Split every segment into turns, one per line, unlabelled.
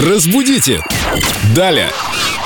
Разбудите! Далее!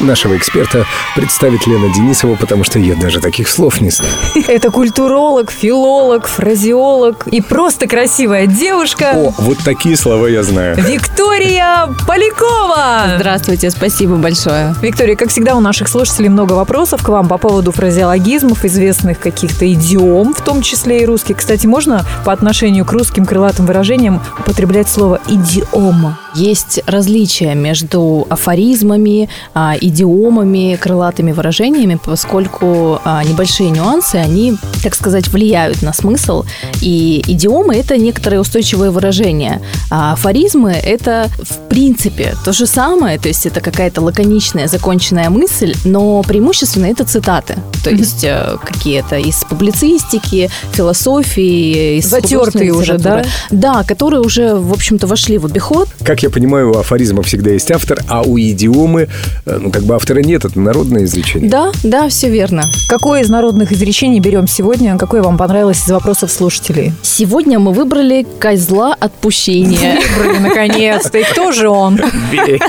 Нашего эксперта представит Лена Денисова, потому что я даже таких слов не знаю.
Это культуролог, филолог, фразеолог и просто красивая девушка
О, вот такие слова я знаю.
Виктория Полякова.
Здравствуйте, спасибо большое.
Виктория, как всегда, у наших слушателей много вопросов к вам по поводу фразеологизмов, известных каких-то идиом, в том числе и русских. Кстати, можно по отношению к русским крылатым выражениям употреблять слово «идиома»?
Есть различия между афоризмами, а, идиомами, крылатыми выражениями, поскольку а, небольшие нюансы, они, так сказать, влияют на смысл. И идиомы – это некоторые устойчивые выражения, а афоризмы – это, в принципе, то же самое, то есть это какая-то лаконичная, законченная мысль, но преимущественно это цитаты, то есть э, какие-то из публицистики, философии, из
Затертые
художественной
уже, да?
литературы. Да, которые уже, в общем-то, вошли в обиход,
Как я понимаю, у афоризма всегда есть автор, а у идиомы, э, ну, как бы автора нет, это народное изречение.
Да, да, все верно.
Какое из народных изречений берем сегодня? Какое вам понравилось из вопросов слушателей?
Сегодня мы выбрали козла отпущения.
Выбрали наконец-то. И кто же он?
Бей.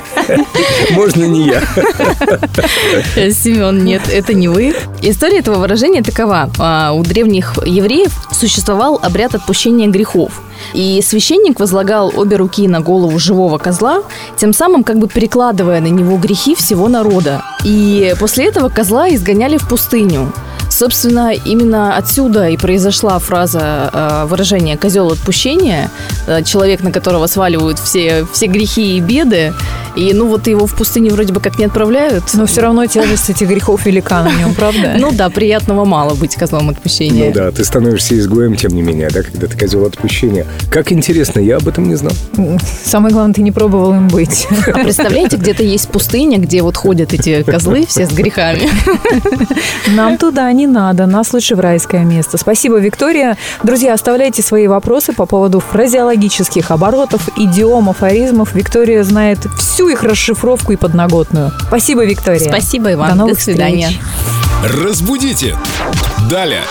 Можно не я.
Семен, нет, это не вы. История этого выражения такова. А, У древних евреев существовал обряд отпущения грехов. И священник возлагал обе руки на голову живого козла, тем самым как бы перекладывая на него грехи всего народа. И после этого козла изгоняли в пустыню. Собственно, именно отсюда и произошла фраза э, выражение козел отпущения, э, человек, на которого сваливают все, все грехи и беды. И ну вот его в пустыне вроде бы как не отправляют.
Но все равно тяжесть этих грехов велика на нем, правда?
Ну да, приятного мало быть козлом отпущения.
Ну да, ты становишься изгоем, тем не менее, да, когда ты козел отпущения. Как интересно, я об этом не знал.
Самое главное, ты не пробовал им быть.
А представляете, где-то есть пустыня, где вот ходят эти козлы все с грехами.
Нам туда не надо, нас лучше в райское место. Спасибо, Виктория. Друзья, оставляйте свои вопросы по поводу фразеологических оборотов, идиом, афоризмов. Виктория знает всю их расшифровку и подноготную. Спасибо, Виктория.
Спасибо и вам.
До новых
До свидания.
встреч.
Разбудите! Далее!